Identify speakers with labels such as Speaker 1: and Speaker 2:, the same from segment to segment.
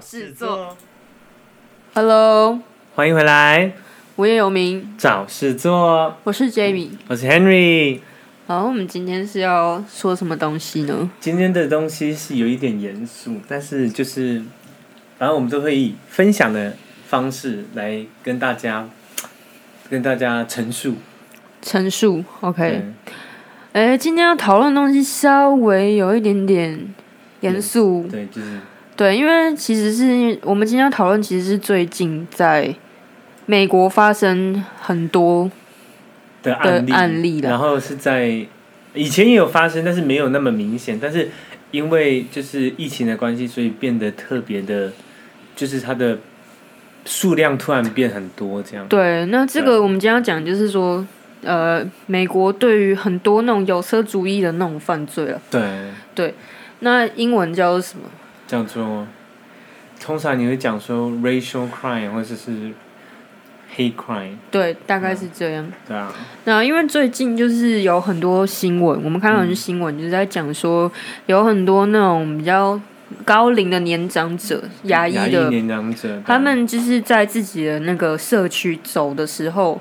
Speaker 1: 制作。
Speaker 2: Hello，
Speaker 3: 欢迎回来，
Speaker 2: 无业游民，
Speaker 3: 找事做。
Speaker 2: 我是 Jamie。
Speaker 3: 我是 Henry。
Speaker 2: 好，我们今天是要说什么东西呢？
Speaker 3: 今天的东西是有一点严肃，但是就是，反正我们都会以分享的方式来跟大家，跟大家陈述。
Speaker 2: 陈述，OK。
Speaker 3: 嗯，
Speaker 2: 哎、今天要讨论的东西稍微有一点点严肃，
Speaker 3: 对，就是
Speaker 2: 对，因为其实是我们今天要讨论，其实是最近在美国发生很多，
Speaker 3: 的案例，
Speaker 2: 的案例啦
Speaker 3: 然后是在以前也有发生，但是没有那么明显。但是因为就是疫情的关系，所以变得特别的，就是它的数量突然变很多，这样。
Speaker 2: 对，那这个我们今天要讲就是说，呃，美国对于很多那种有色主义的那种犯罪了，
Speaker 3: 对，
Speaker 2: 那英文叫做什么？
Speaker 3: 叫做通常你会讲说 racial crime 或者是 hate crime，
Speaker 2: 对，大概是这样。
Speaker 3: 对啊，
Speaker 2: 那因为最近就是有很多新闻，我们看到很多新闻就是在讲说，有很多那种比较高龄的年长者、牙医
Speaker 3: 压抑
Speaker 2: 的，
Speaker 3: 年长者，对啊
Speaker 2: 他们就是在自己的那个社区走的时候，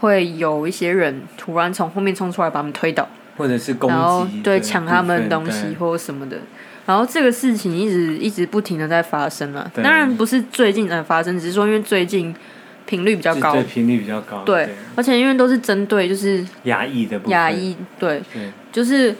Speaker 2: 会有一些人突然从后面冲出来把他们推倒，
Speaker 3: 或者是攻
Speaker 2: 然后
Speaker 3: 击的部分，
Speaker 2: 对抢他们的东西
Speaker 3: 对
Speaker 2: 或什么的。然后这个事情一直一直不停的在发生啊，
Speaker 3: 对
Speaker 2: 当然不是最近才发生，只是说因为最近频率比较
Speaker 3: 就
Speaker 2: 高
Speaker 3: 对，频率比较高，
Speaker 2: 对，而且因为都是针对就是
Speaker 3: 压抑的部分，
Speaker 2: 牙医，对，
Speaker 3: 对
Speaker 2: 就是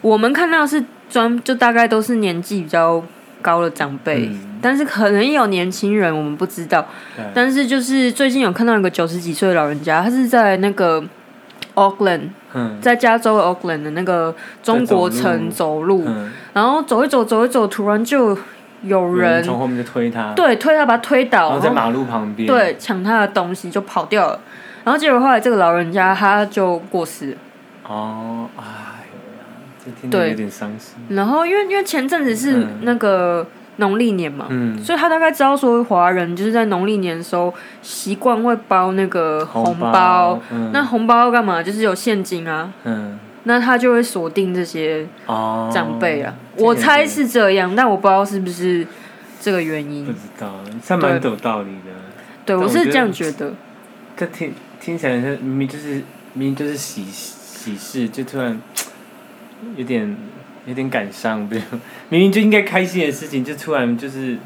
Speaker 2: 我们看到是专，就大概都是年纪比较高的长辈，
Speaker 3: 嗯
Speaker 2: 但是可能也有年轻人，我们不知道。
Speaker 3: 对
Speaker 2: 但是就是最近有看到一个九十几岁的老人家，他是在那个 Auckland，
Speaker 3: 嗯
Speaker 2: 在加州的 Auckland 的那个中国城
Speaker 3: 在
Speaker 2: 走路，
Speaker 3: 嗯，
Speaker 2: 然后走一走，走一走，突然就有
Speaker 3: 有
Speaker 2: 人
Speaker 3: 从后面就推他，
Speaker 2: 对推他，把他推
Speaker 3: 然
Speaker 2: 倒，
Speaker 3: 后在马路旁边，
Speaker 2: 对，抢他的东西就跑掉了。然后结果后来这个老人家他就过世了。
Speaker 3: 哦，哎呦呀，这听着
Speaker 2: 对
Speaker 3: 有点伤心，
Speaker 2: 然后因为因为前阵子是
Speaker 3: 嗯
Speaker 2: 那个农历年嘛，
Speaker 3: 嗯，
Speaker 2: 所以他大概知道说华人就是在农历年的时候习惯会包那个红包
Speaker 3: 包，，嗯
Speaker 2: 那红包要干嘛？就是有现金啊，
Speaker 3: 嗯，
Speaker 2: 那他就会锁定这些
Speaker 3: 哦，
Speaker 2: 长辈啊。
Speaker 3: 这个
Speaker 2: 我猜
Speaker 3: 有点
Speaker 2: 是这样，但我不知道是不是这个原
Speaker 3: 不
Speaker 2: 因。
Speaker 3: 知道，这蛮有道理的。
Speaker 2: 对
Speaker 3: 嗯但
Speaker 2: 我
Speaker 3: 我
Speaker 2: 是
Speaker 3: 觉
Speaker 2: 这样
Speaker 3: 得
Speaker 2: 觉得，
Speaker 3: 这听听起来是明明就是明明就是喜喜事，就突然有点有点感伤，对， 明明就应该开心的事情，就突然就是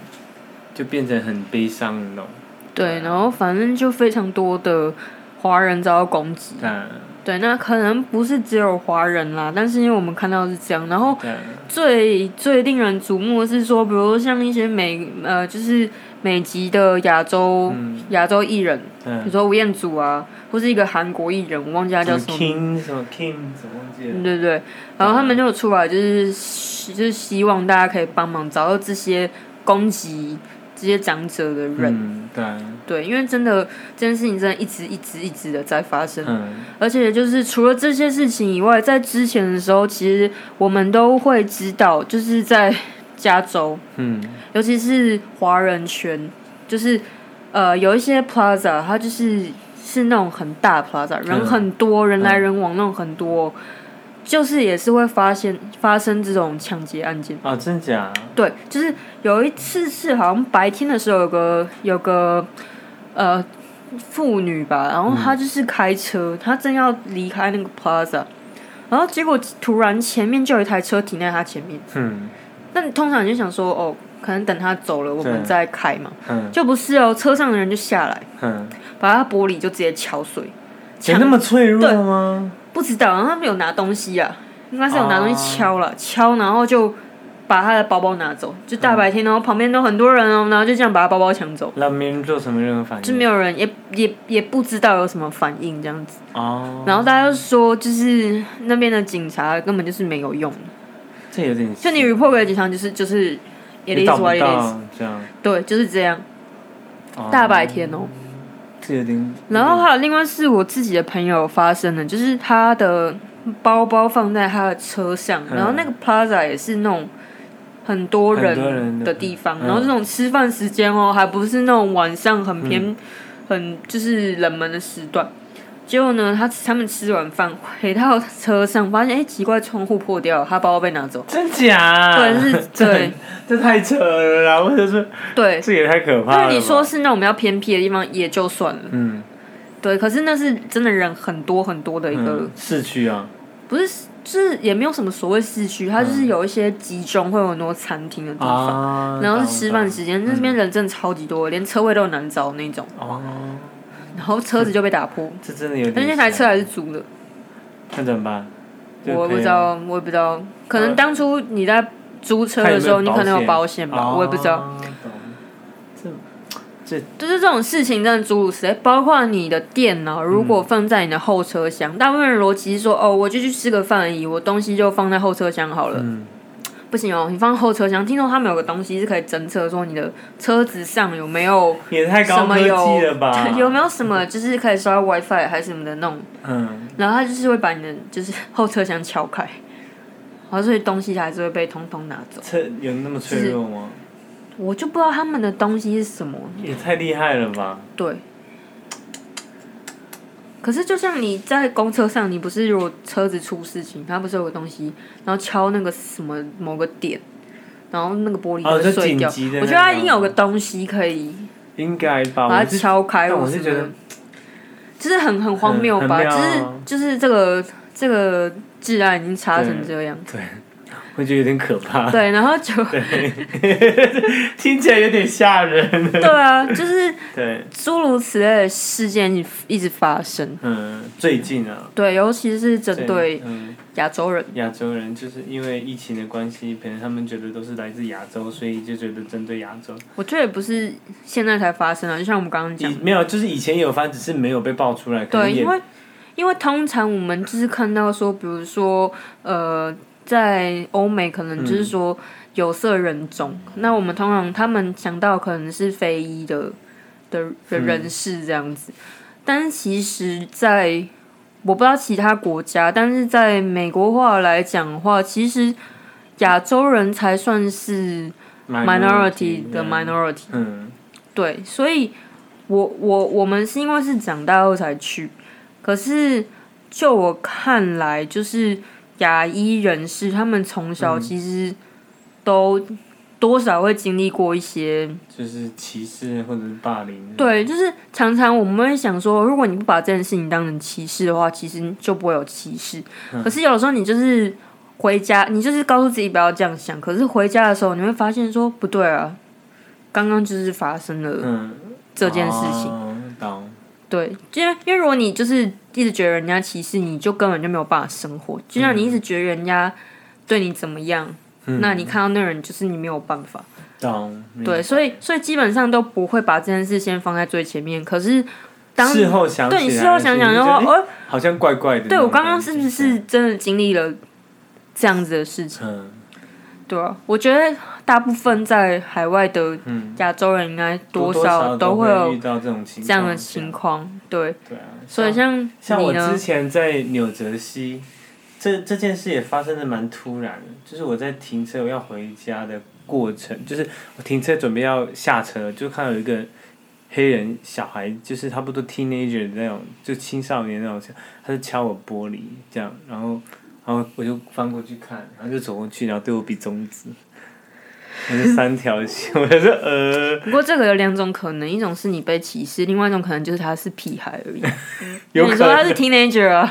Speaker 3: 就变成很悲伤那种。啊
Speaker 2: 对。然后反正就非常多的华人遭到攻击，
Speaker 3: 但
Speaker 2: 对，那可能不是只有华人啦，但是因为我们看到是这样，然后。
Speaker 3: 但
Speaker 2: 最最令人瞩目的是说，比如像一些美呃，就是美籍的亚洲
Speaker 3: 嗯
Speaker 2: 亚、洲艺人，比如
Speaker 3: 但
Speaker 2: 说吴彦祖啊，或是一个韩国艺人，我忘记他叫什么名字，
Speaker 3: King 什么 King 什么忘记
Speaker 2: 对
Speaker 3: 了，
Speaker 2: 对对，然后他们就有出来，就是希就是希望大家可以帮忙找到这些攻击这些长者的人，
Speaker 3: 嗯，对，
Speaker 2: 对，因为真的这件事情真的一直一直一直的在发生，
Speaker 3: 嗯，
Speaker 2: 而且就是除了这些事情以外，在之前的时候，其实我们都会知道，就是在加州，
Speaker 3: 嗯，
Speaker 2: 尤其是华人圈，就是呃有一些 plaza，它就是是那种很大的 plaza，人很多，人来人往那种很多，就是也是会发现发生这种抢劫案件。
Speaker 3: 哦，真假？
Speaker 2: 对，就是有一次是好像白天的时候有个有个呃妇女吧，然后她就是开车，她正要离开那个 plaza，然后结果突然前面就有一台车停在她前面，
Speaker 3: 嗯
Speaker 2: 那你通常你就想说哦，可能等她走了我们
Speaker 3: 对
Speaker 2: 再开嘛，
Speaker 3: 嗯
Speaker 2: 就不是哦，车上的人就下来，
Speaker 3: 嗯，
Speaker 2: 把她玻璃就直接敲碎，
Speaker 3: 有
Speaker 2: 抢
Speaker 3: 那么脆弱
Speaker 2: 对
Speaker 3: 吗？
Speaker 2: 不知道，然后他们有拿东西啊，应该是有拿东西
Speaker 3: 哦
Speaker 2: 敲了，敲，然后就把他的包包拿走，就大白天，然后旁边都很多人哦，然后就这样把他包包抢走，
Speaker 3: 让别人做什么任何反应？
Speaker 2: 就没有人也也也不知道有什么反应这样子，
Speaker 3: 哦，
Speaker 2: 然后大家就说就是那边的警察根本就是没有用，
Speaker 3: 这有点
Speaker 2: 就你 report 给警察就是就是
Speaker 3: 也
Speaker 2: it is
Speaker 3: 到不
Speaker 2: what it
Speaker 3: 到
Speaker 2: is，
Speaker 3: 这样，
Speaker 2: 对，就是这样，
Speaker 3: 哦
Speaker 2: 大白天哦。
Speaker 3: 这有点。
Speaker 2: 然后还有另外是我自己的朋友发生的，就是他的包包放在他的车上，
Speaker 3: 嗯
Speaker 2: 然后那个 plaza 也是那种很多
Speaker 3: 很多
Speaker 2: 人
Speaker 3: 人的
Speaker 2: 的地方，
Speaker 3: 嗯
Speaker 2: 然后这种吃饭时
Speaker 3: 嗯
Speaker 2: 间哦，还不是那种晚上很偏、很就是冷门的时段，结果呢，他他们吃完饭回到车上，发现哎、奇怪，窗户破掉了，他包包被拿走。
Speaker 3: 真假？
Speaker 2: 对 是
Speaker 3: 这
Speaker 2: 对
Speaker 3: 这太扯了啦！或者是
Speaker 2: 对，
Speaker 3: 这也太可怕了
Speaker 2: 那
Speaker 3: 吧。
Speaker 2: 你说是那种比较偏僻的地方也就算了，
Speaker 3: 嗯，
Speaker 2: 对。可是那是真的人很多很多的一个，
Speaker 3: 嗯市区啊，
Speaker 2: 不是就是也没有什么所谓市区，它就是有一些集中会有很多餐厅的地方，
Speaker 3: 嗯啊，
Speaker 2: 然后是吃饭
Speaker 3: 时
Speaker 2: 时间，那边人真的超级多，连车位都很难找那种，
Speaker 3: 哦，
Speaker 2: 然后车子就被打破，
Speaker 3: 这真的有点
Speaker 2: 但
Speaker 3: 像。
Speaker 2: 那台车还是租的，
Speaker 3: 那怎么办？就
Speaker 2: 我也不
Speaker 3: 赔
Speaker 2: 知
Speaker 3: 了
Speaker 2: 道，我也不知道，可能当初你在租车的时候，
Speaker 3: 看
Speaker 2: 你
Speaker 3: 呃有没有
Speaker 2: 可能有保
Speaker 3: 保
Speaker 2: 险吧，我也不知道。。
Speaker 3: 哦懂
Speaker 2: 就是这种事情真的诸如此类，包括你的电脑如
Speaker 3: 嗯
Speaker 2: 果放在你的后车厢，大部分人逻辑是说，哦，我就去吃个饭而已，我东西就放在后车厢好了。
Speaker 3: 嗯
Speaker 2: 不行哦，你放后车厢，听说他们有个东西是可以侦测说你的车子上有没有
Speaker 3: 也太
Speaker 2: 什
Speaker 3: 高科
Speaker 2: 么有？
Speaker 3: 技了吧
Speaker 2: 有没有什么就是可以刷到 WiFi 还是什么的那种，
Speaker 3: 嗯，
Speaker 2: 然后他就是会把你的就是 后车厢撬开，然后所以东西还是会被通通拿走。
Speaker 3: 这有那么脆弱吗？
Speaker 2: 我就不知道他们的东西是什么，
Speaker 3: 也太厉害了吧！
Speaker 2: 对。可是，就像你在公车上，你不是如果车子出事情，它不是有个东西，然后敲那个什么某个点，然后那个玻璃
Speaker 3: 哦，
Speaker 2: 会
Speaker 3: 就
Speaker 2: 碎
Speaker 3: 紧
Speaker 2: 掉。
Speaker 3: 急的那种，
Speaker 2: 我觉得它一定有个东西可以
Speaker 3: 应该
Speaker 2: 把
Speaker 3: 吧？
Speaker 2: 它
Speaker 3: 我是
Speaker 2: 敲开，
Speaker 3: 但
Speaker 2: 或
Speaker 3: 我
Speaker 2: 什
Speaker 3: 是
Speaker 2: 么
Speaker 3: 觉
Speaker 2: 的
Speaker 3: 得，
Speaker 2: 就是很很荒谬吧？
Speaker 3: 很
Speaker 2: 就
Speaker 3: 妙
Speaker 2: 是
Speaker 3: 啊
Speaker 2: 就是这个这个治安已经差成这样，
Speaker 3: 会觉得有点可怕，
Speaker 2: 对，然后 就
Speaker 3: 听起来有点吓人。
Speaker 2: 对啊，就是
Speaker 3: 对，
Speaker 2: 诸如此类的事件一一直发生，
Speaker 3: 嗯，最近啊，
Speaker 2: 对，尤其是针对
Speaker 3: 嗯
Speaker 2: 亚洲人，
Speaker 3: 亚洲人，就是因为疫情的关系，可能他们觉得都是来自亚洲，所以就觉得针对亚洲。
Speaker 2: 我觉得也不是现在才发生啊，就像我们刚刚讲
Speaker 3: 以，没有，就是以前有发，只是没有被爆出来。可能
Speaker 2: 对，
Speaker 3: 也
Speaker 2: 因为因为通常我们就是看到说，比如说呃，在欧美可能就是说有色人种，那我们通常他们想到可能是非裔的的的人士这样子，但是其实在我不知道其他国家，但是在美国话来讲的话，其实亚洲人才算是 minority 的 minority。
Speaker 3: 嗯，
Speaker 2: 对，所以我我我们是因为是长大后才去，可是就我看来，就是牙医人士他们从小其实都多少会经历过一些，
Speaker 3: 嗯就是歧视或者是霸凌。
Speaker 2: 对，就是常常我们会想说，如果你不把这件事情当成歧视的话，其实就不会有歧视。可是有的时候你就是。回家，你就是告诉自己不要这样想。可是回家的时候，你会发现说不对啊，刚刚就是发生了
Speaker 3: 嗯，哦
Speaker 2: 这件事情。
Speaker 3: 情，懂。
Speaker 2: 对，因为因为如果你就是一直觉得人家歧视你，就根本就没有办法生活。就像你一直觉得人家对你怎么样，那你看到那个人就是你没有办法。
Speaker 3: 嗯懂，明白
Speaker 2: 对，所以所以基本上都不会把这件事先放在最前面。可是当
Speaker 3: 事后想起来
Speaker 2: 对你事后想想的话，
Speaker 3: 就觉得
Speaker 2: 哦，
Speaker 3: 诶好像怪怪的那种感觉。
Speaker 2: 对我刚刚是不是真的经历了这样子的事情？
Speaker 3: 嗯
Speaker 2: 对啊，我觉得大部分在海外的
Speaker 3: 嗯，
Speaker 2: 亚洲人应该多
Speaker 3: 多
Speaker 2: 少
Speaker 3: 都
Speaker 2: 会有
Speaker 3: 遇到这种情
Speaker 2: 这样的
Speaker 3: 况
Speaker 2: 情况。对，
Speaker 3: 对啊，
Speaker 2: 所以像
Speaker 3: 像
Speaker 2: 你
Speaker 3: 我
Speaker 2: 呢
Speaker 3: 之？前在纽泽西，这这件事也发生的蛮突然的，就是我在停车我要回家的过程，就是我停车准备要下车，就看到有一个黑人小孩，就是差不多 teenager 的那种，就青少年那种，他就敲我玻璃这样，然后然后我就翻过去看，然后就走过去，然后对我比中指。 我就三条线，我就说呃，
Speaker 2: 不过这个有两种可能，一种是你被歧视，另外一种可能就是他是屁孩 而已。
Speaker 3: 有
Speaker 2: 你
Speaker 3: 可
Speaker 2: 说他是
Speaker 3: 能，
Speaker 2: teenager 啊，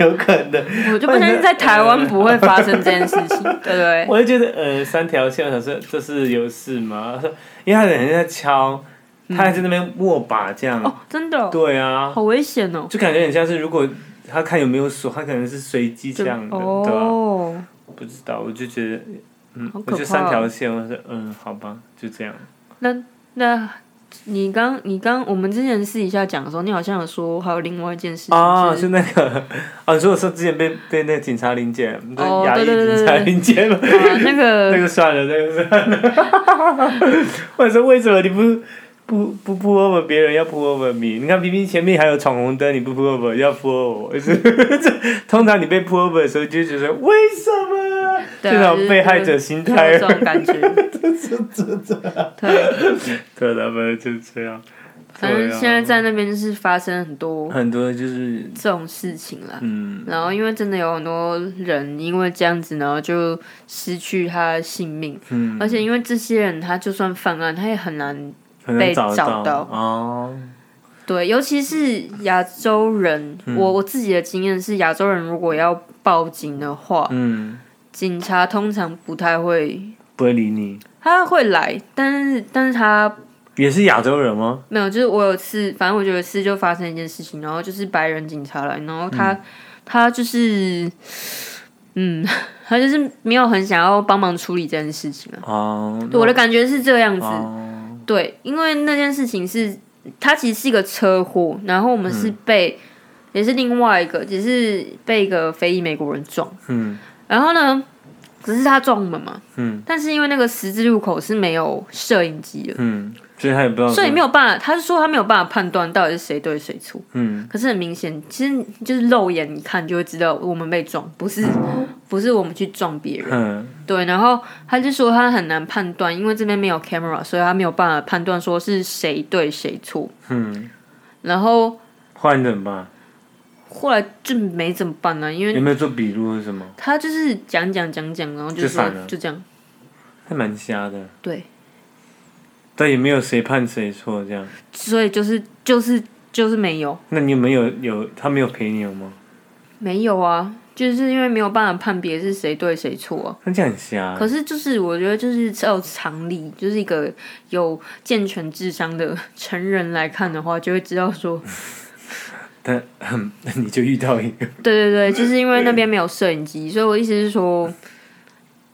Speaker 3: 有可能，
Speaker 2: 我就不相信在台湾不会发生这件事情，对不对？
Speaker 3: 我就觉得，呃，三条线，我想说这是有事吗？ 他说因为他人在敲，他还在那边握把这样，
Speaker 2: 哦，真的哦、
Speaker 3: 对啊，
Speaker 2: 好危险哦。
Speaker 3: 就感觉很像是如果他看有没有锁，他可能是随机这样的，对啊吧、
Speaker 2: 哦，
Speaker 3: 不知道，我就觉得，嗯，
Speaker 2: 好可怕哦
Speaker 3: 我就三条线，我说，嗯，好吧，就这样。
Speaker 2: 那那你刚你刚我们之前私底下讲的时候，你好像有说还有另外一件事情
Speaker 3: 啊，
Speaker 2: 是
Speaker 3: 是那个， 啊，你说我说之前被被那个警察临检，对
Speaker 2: 哦
Speaker 3: 牙医
Speaker 2: 对对对
Speaker 3: 警察临检吗？
Speaker 2: 啊那
Speaker 3: 那
Speaker 2: 个
Speaker 3: 个算了，那个算了。 或者说为什么你不不不 pull over 别人要 pull over me？你看明明前面还有闯红灯，你不 pull over 要 pull over 我，就是 这通常你被 pull over 的时候就觉得为什么？
Speaker 2: 对
Speaker 3: 这
Speaker 2: 啊
Speaker 3: 种被害者心态
Speaker 2: 就 是有这种感觉，对，
Speaker 3: 啊对，他们就这样。
Speaker 2: 反正
Speaker 3: 对啊
Speaker 2: 现在在那边就是发生很多
Speaker 3: 很多就是
Speaker 2: 这种事情啦。
Speaker 3: 嗯，
Speaker 2: 然后因为真的有很多人因为这样子，然后就失去他的性命，
Speaker 3: 嗯
Speaker 2: 而且因为这些人他就算犯案，他也很难
Speaker 3: 很难
Speaker 2: 被
Speaker 3: 找得
Speaker 2: 找
Speaker 3: 到
Speaker 2: 到
Speaker 3: 哦，
Speaker 2: 对，尤其是亚洲人，
Speaker 3: 嗯
Speaker 2: 我我自己的经验是，亚洲人如果要报警的话，
Speaker 3: 嗯，
Speaker 2: 警察通常不太会，
Speaker 3: 不会理你。
Speaker 2: 他会来，但是但是他
Speaker 3: 也是亚洲人吗？
Speaker 2: 没有，就是我有次，反正我觉得次就发生一件事情，然后就是白人警察来，然后他、
Speaker 3: 嗯
Speaker 2: 他就是，嗯， 他就是没有很想要帮忙处理这件事情啊。
Speaker 3: 哦，
Speaker 2: 对我的感觉是这样子，
Speaker 3: 哦，
Speaker 2: 对，因为那件事情是，它其实是一个车祸，然后我们
Speaker 3: 嗯
Speaker 2: 是被，也是另外一个，只是被一个非裔美国人撞，
Speaker 3: 嗯
Speaker 2: 然后呢，只是他撞我们嘛，
Speaker 3: 嗯
Speaker 2: 但是因为那个十字路口是没有摄影机的，
Speaker 3: 嗯，所以他也不知道，
Speaker 2: 所以没有办法，他是说他没有办法判断到底是谁对谁错，
Speaker 3: 嗯
Speaker 2: 可是很明显，其实就是肉眼一看就会知道我们被撞，不是
Speaker 3: 哦
Speaker 2: 不是我们去撞别人。
Speaker 3: 嗯
Speaker 2: 对，然后他就说他很难判断，因为这边没有 camera，所以他没有办法判断说是谁对谁错。
Speaker 3: 嗯，
Speaker 2: 然后
Speaker 3: 换人吧，
Speaker 2: 后来就没怎么办呢、因为
Speaker 3: 有没有做笔录或什么？
Speaker 2: 他就是讲讲讲讲，然后
Speaker 3: 就
Speaker 2: 说
Speaker 3: 散了
Speaker 2: 就这样，
Speaker 3: 还蛮瞎的，
Speaker 2: 对，
Speaker 3: 但也没有谁判谁错这样。
Speaker 2: 所以就是就是就是没有
Speaker 3: 那你有没有有他没有陪你有吗？
Speaker 2: 没有啊，就是因为没有办法判别是谁对谁错啊、
Speaker 3: 那这样很瞎欸，
Speaker 2: 可是就是我觉得就是只有常理，就是一个有健全智商的成人来看的话，就会知道说
Speaker 3: 但你就遇到一个，
Speaker 2: 对对对，就是因为那边没有摄影机，所以我意思是说，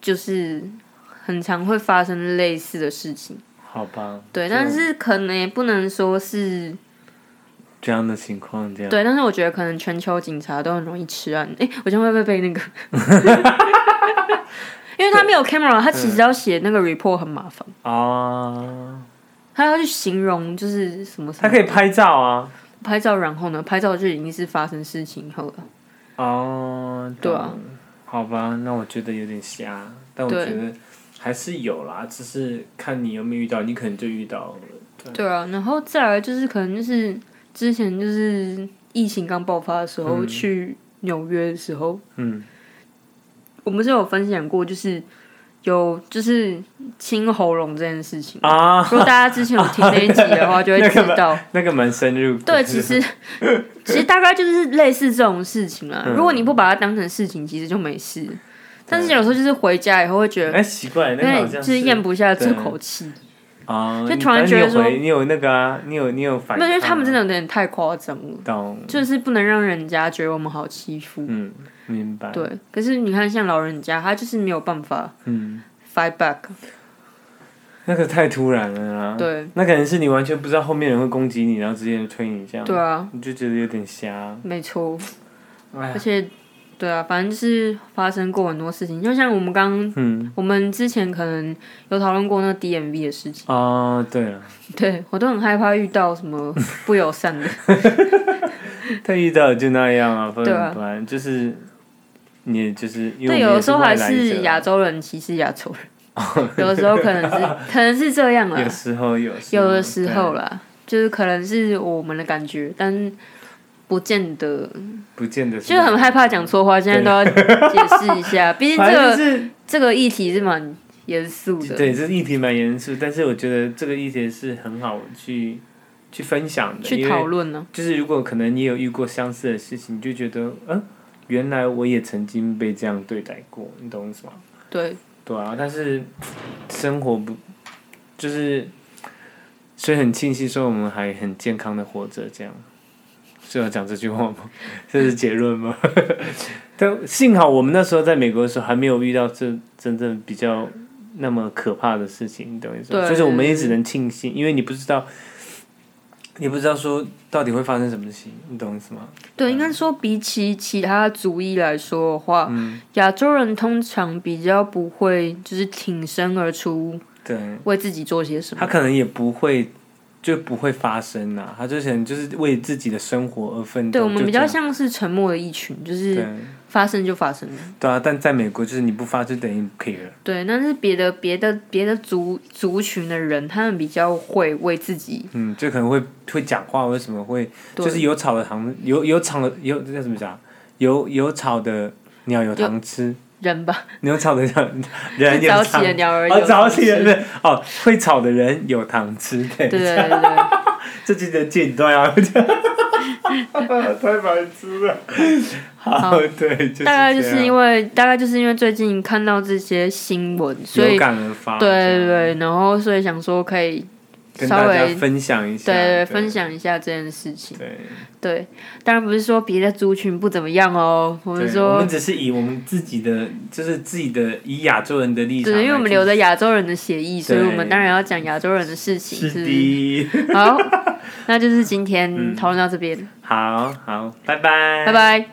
Speaker 2: 就是很常会发生类似的事情。
Speaker 3: 好吧？
Speaker 2: 对，
Speaker 3: 这样
Speaker 2: 但是可能也不能说是
Speaker 3: 这样的情况这样，
Speaker 2: 对，但是我觉得可能全球警察都很容易吃案。诶，我这样会不会被 那个？因为他没有 camera，他其实要写那个 report 很麻烦，
Speaker 3: 啊，
Speaker 2: 他要去形容就是什么什
Speaker 3: 他
Speaker 2: 么
Speaker 3: 可以拍照啊，
Speaker 2: 拍照，然后呢，拍照就已经是发生事情以后了。
Speaker 3: 哦，
Speaker 2: 对啊
Speaker 3: 懂，好吧，那我觉得有点瞎，但我
Speaker 2: 对
Speaker 3: 觉得还是有啦，只是看你有没有遇到，你可能就遇到了。
Speaker 2: 对啊，然后再来就是可能就是之前就是疫情刚爆发的时候，去纽约的时候，
Speaker 3: 嗯
Speaker 2: 我们是有分享过，就是有就是清喉咙这件事 情。
Speaker 3: 啊，
Speaker 2: 如果大家之前有听这一集的 话，就会知道。
Speaker 3: 那个蛮深入。
Speaker 2: 对，其 实其实大概就是类似这种事情啦。
Speaker 3: 嗯
Speaker 2: 如果你不把它当成事情，其实就没事。但是有时候就是回家以后会觉得，
Speaker 3: 哎，奇怪，
Speaker 2: 因
Speaker 3: 那个
Speaker 2: 为
Speaker 3: 好
Speaker 2: 就
Speaker 3: 像
Speaker 2: 是咽不下这
Speaker 3: 对
Speaker 2: 口气。
Speaker 3: 啊，
Speaker 2: 就
Speaker 3: 你
Speaker 2: 突然
Speaker 3: 反正
Speaker 2: 觉得
Speaker 3: 你有回
Speaker 2: 说
Speaker 3: 你有那个啊，你有你有反
Speaker 2: 那
Speaker 3: 抗啊，啊
Speaker 2: 因为他们真的有点太夸张了，
Speaker 3: 懂，
Speaker 2: 就是不能让人家觉得我们好欺负。
Speaker 3: 嗯，明白，
Speaker 2: 对，可是你看，像老人家，他就是没有办法
Speaker 3: 嗯，
Speaker 2: fight back。
Speaker 3: 那个太突然了啊，
Speaker 2: 对，
Speaker 3: 那可能是你完全不知道后面人会攻击你，然后直接推你这样，
Speaker 2: 对啊，
Speaker 3: 你就觉得有点瞎，
Speaker 2: 没错。
Speaker 3: 哎呀
Speaker 2: 而且，对啊，反正就是发生过很多事情，就像我们刚，
Speaker 3: 嗯，
Speaker 2: 我们之前可能有讨论过那 DMV 的事情，
Speaker 3: 啊，对了。
Speaker 2: 对我都很害怕遇到什 么不友善的。
Speaker 3: 他遇到就那样啊，分
Speaker 2: 对啊
Speaker 3: 怎么办？就是你也就是因为
Speaker 2: 对，有
Speaker 3: 我们
Speaker 2: 的
Speaker 3: 也
Speaker 2: 时候还
Speaker 3: 外来
Speaker 2: 是
Speaker 3: 者哦
Speaker 2: 亚洲人歧视亚洲人，有的时候可能 是可能是这样啦
Speaker 3: 有，时候有时候
Speaker 2: 有的时候啦，就是可能是我们的感觉，但不见得
Speaker 3: 对不见得
Speaker 2: 就是很害怕讲错话，现在都要解释一 下。毕竟这
Speaker 3: 反正
Speaker 2: 个
Speaker 3: 就是
Speaker 2: 这个议题是蛮严肃的，
Speaker 3: 对，这议题蛮严肃，但是我觉得这个议题是很好去去分享的，
Speaker 2: 去
Speaker 3: 因
Speaker 2: 讨
Speaker 3: 为
Speaker 2: 论啊呢。
Speaker 3: 就是如果可能你有遇过相似的事情，你就觉得嗯，原来我也曾经被这样对待过，你懂我意思吗？
Speaker 2: 对，
Speaker 3: 对啊，但是生活不就是，所以很庆幸说我们还很健康的活着，这样是要讲这句话吗？ 这是结论吗？ 但幸好我们那时候在美国的时候还没有遇到这真正比较那么可怕的事情，你懂我意思吗？
Speaker 2: 对
Speaker 3: 就是我们也只能庆幸，因为你不知道，你不知道说到底会发生什么事情，你懂我意思吗？
Speaker 2: 对，应该说比起其他族裔来说的话，
Speaker 3: 嗯
Speaker 2: 亚洲人通常比较不会就是挺身而出
Speaker 3: 对，嗯
Speaker 2: 为自己做些什么。
Speaker 3: 他可能也不会就不会发生呐、啊他之前就是为自己的生活而奋斗。
Speaker 2: 对我们
Speaker 3: 就
Speaker 2: 比
Speaker 3: 这
Speaker 2: 较
Speaker 3: 样
Speaker 2: 像是沉默的一群，就是
Speaker 3: 对
Speaker 2: 发生就发生了。
Speaker 3: 对啊，但在美国就是你不发就等于不 care。
Speaker 2: 对，但是别的别的别的族族群的人，他们比较会为自己
Speaker 3: 嗯，就可能会会讲话，为什么会
Speaker 2: 对
Speaker 3: 就是有草的糖，有有草的有这叫什么讲？有有草的鸟有糖吃，
Speaker 2: 人吧，
Speaker 3: 有草 的鸟人
Speaker 2: 就
Speaker 3: 有
Speaker 2: 早起
Speaker 3: 糖
Speaker 2: 的。鸟儿
Speaker 3: 哦，
Speaker 2: 有
Speaker 3: 早
Speaker 2: 糖
Speaker 3: 起的
Speaker 2: 吃
Speaker 3: 人哦，会吵的人有糖吃，对，
Speaker 2: 对对对对。
Speaker 3: 这就的剪断啊， 太白痴了。好，对， 就是
Speaker 2: 大概就
Speaker 3: 这
Speaker 2: 是
Speaker 3: 样
Speaker 2: 因为大概就是因为最近看到这些新闻，所
Speaker 3: 有
Speaker 2: 以
Speaker 3: 感而发，
Speaker 2: 对对对，然后所以想说可以
Speaker 3: 跟
Speaker 2: 稍
Speaker 3: 大家
Speaker 2: 微
Speaker 3: 分享一下，
Speaker 2: 对
Speaker 3: 对
Speaker 2: 分，享一下这件事情。
Speaker 3: 对，
Speaker 2: 对，当然不是说别的族群不怎么样哦，我
Speaker 3: 我
Speaker 2: 们
Speaker 3: 我
Speaker 2: 说
Speaker 3: 们只是以我们自己的，就是自己的以亚洲人的立场来
Speaker 2: 对，
Speaker 3: 去，
Speaker 2: 因为我们留着亚洲人的协议，所以我们当然要讲亚洲人的事情。是
Speaker 3: 是的，嗯
Speaker 2: 好，那就是今天讨论到这边，
Speaker 3: 好好，拜拜，
Speaker 2: 拜。拜。